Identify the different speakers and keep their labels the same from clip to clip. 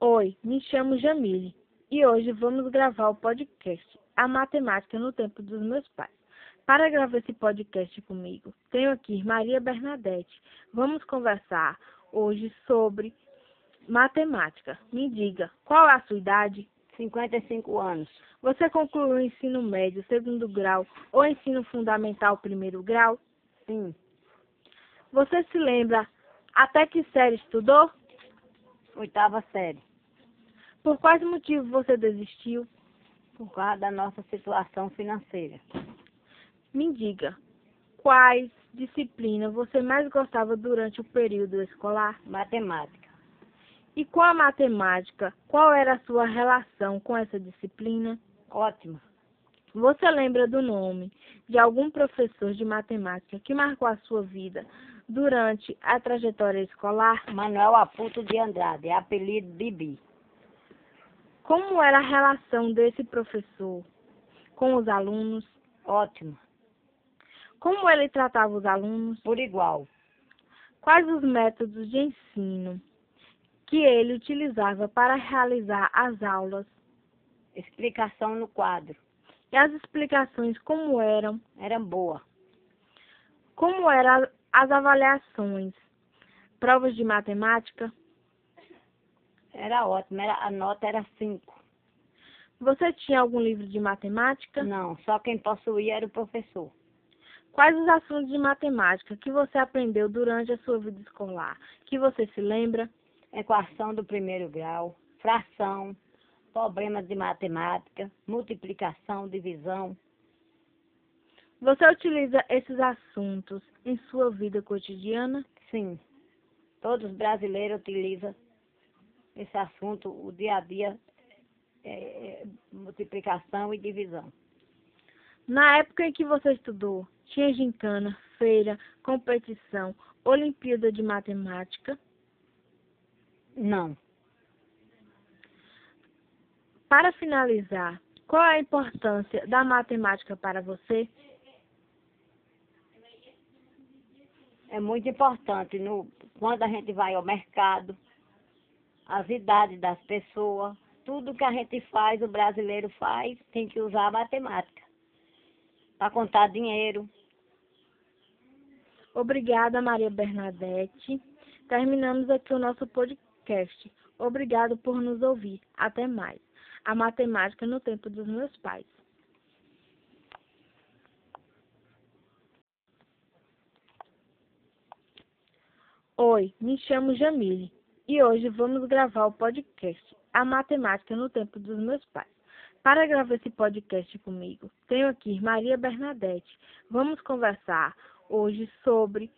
Speaker 1: Oi, me chamo Jamile e hoje vamos gravar o podcast A Matemática no Tempo dos Meus Pais. Para gravar esse podcast comigo, tenho aqui Maria Bernadette. Vamos conversar hoje sobre matemática. Me diga, qual é a sua idade?
Speaker 2: 55 anos.
Speaker 1: Você concluiu o ensino médio, segundo grau ou ensino fundamental, primeiro grau?
Speaker 2: Sim.
Speaker 1: Você se lembra até que série estudou?
Speaker 2: Oitava série.
Speaker 1: Por quais motivos você desistiu?
Speaker 2: Por causa da nossa situação financeira.
Speaker 1: Me diga, quais disciplinas você mais gostava durante o período escolar?
Speaker 2: Matemática.
Speaker 1: E com a matemática, qual era a sua relação com essa disciplina?
Speaker 2: Ótima.
Speaker 1: Você lembra do nome de algum professor de matemática que marcou a sua vida durante a trajetória escolar?
Speaker 2: Manuel Aputo de Andrade, apelido Bibi.
Speaker 1: Como era a relação desse professor com os alunos?
Speaker 2: Ótima.
Speaker 1: Como ele tratava os alunos?
Speaker 2: Por igual.
Speaker 1: Quais os métodos de ensino que ele utilizava para realizar as aulas?
Speaker 2: Explicação no quadro.
Speaker 1: E as explicações como eram?
Speaker 2: Era boa.
Speaker 1: Como eram as avaliações? Provas de matemática?
Speaker 2: Era ótima. Era, a nota era 5.
Speaker 1: Você tinha algum livro de matemática?
Speaker 2: Não, só quem possuía era o professor.
Speaker 1: Quais os assuntos de matemática que você aprendeu durante a sua vida escolar? Que você se lembra?
Speaker 2: Equação do primeiro grau, fração, problemas de matemática, multiplicação, divisão.
Speaker 1: Você utiliza esses assuntos em sua vida cotidiana?
Speaker 2: Sim, todos os brasileiros utilizam esse assunto o dia a dia, é, é, multiplicação e divisão.
Speaker 1: Na época em que você estudou, tinha gincana, feira, competição, Olimpíada de Matemática.
Speaker 2: Não,
Speaker 1: Para finalizar, qual é a importância da matemática para você?
Speaker 2: é muito importante no, quando a gente vai ao mercado, as idades das pessoas, tudo que a gente faz, o brasileiro faz, tem que usar a matemática para contar dinheiro.
Speaker 1: Obrigada, Maria Bernadette. Terminamos aqui o nosso podcast. Obrigado por nos ouvir. Até mais. A matemática no tempo dos meus pais. Oi, me chamo Jamile e hoje vamos gravar o podcast A Matemática no Tempo dos Meus Pais. Para gravar esse podcast comigo, tenho aqui Maria Bernadette. Vamos conversar hoje sobre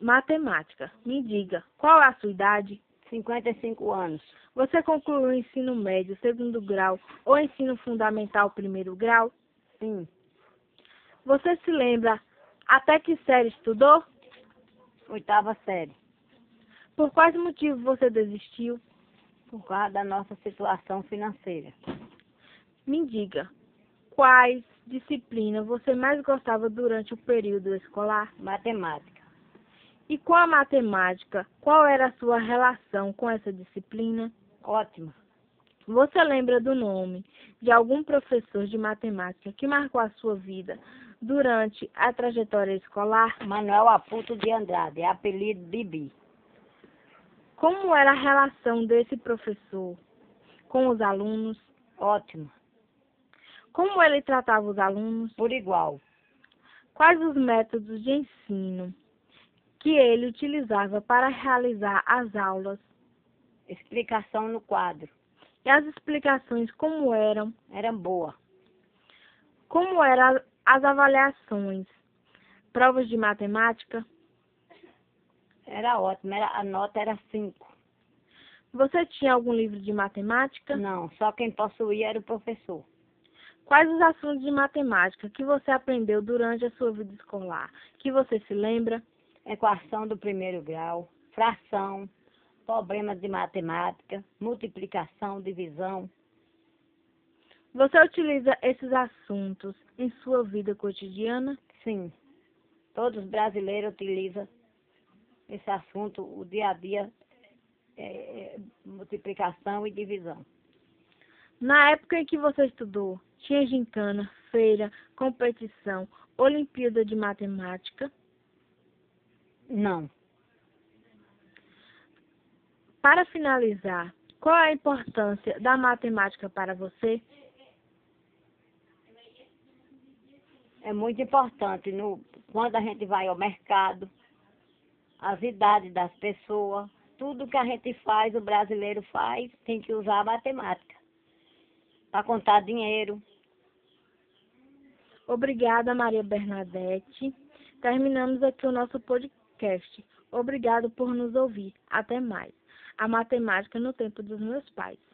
Speaker 1: matemática. Me diga, qual é a sua idade?
Speaker 2: 55 anos.
Speaker 1: Você concluiu o ensino médio, segundo grau ou ensino fundamental, primeiro grau?
Speaker 2: Sim,
Speaker 1: Você se lembra até que série estudou?
Speaker 2: oitava série.
Speaker 1: Por quais motivos você desistiu?
Speaker 2: Por causa da nossa situação financeira.
Speaker 1: Me diga, quais disciplinas você mais gostava durante o período escolar?
Speaker 2: Matemática.
Speaker 1: E com a matemática, qual era a sua relação com essa disciplina?
Speaker 2: Ótima.
Speaker 1: Você lembra do nome de algum professor de matemática que marcou a sua vida durante a trajetória escolar?
Speaker 2: Manuel Aputo de Andrade, é apelido Bibi.
Speaker 1: Como era a relação desse professor com os alunos?
Speaker 2: Ótima.
Speaker 1: Como ele tratava os alunos?
Speaker 2: Por igual.
Speaker 1: Quais os métodos de ensino que ele utilizava para realizar as aulas?
Speaker 2: Explicação no quadro.
Speaker 1: E as explicações como eram?
Speaker 2: Era boa.
Speaker 1: Como eram as avaliações? Provas de matemática?
Speaker 2: Era ótima. Era, a nota era 5.
Speaker 1: Você tinha algum livro de matemática?
Speaker 2: Não, só quem possuía era o professor.
Speaker 1: Quais os assuntos de matemática que você aprendeu durante a sua vida escolar? Que você se lembra?
Speaker 2: Equação do primeiro grau, fração, problemas de matemática, multiplicação, divisão.
Speaker 1: Você utiliza esses assuntos em sua vida cotidiana?
Speaker 2: Sim, todos os brasileiros utilizam esse assunto o dia a dia, é, é, multiplicação e divisão.
Speaker 1: Na época em que você estudou, tinha gincana, feira, competição, Olimpíada de Matemática.
Speaker 2: Não.
Speaker 1: Para finalizar, qual é a importância da matemática para você?
Speaker 2: É muito importante no, quando a gente vai ao mercado, as idades das pessoas, tudo que a gente faz, o brasileiro faz, tem que usar a matemática. Para contar dinheiro.
Speaker 1: Obrigada, Maria Bernadette. Terminamos aqui o nosso podcast. Obrigado por nos ouvir. Até mais. A matemática no tempo dos meus pais.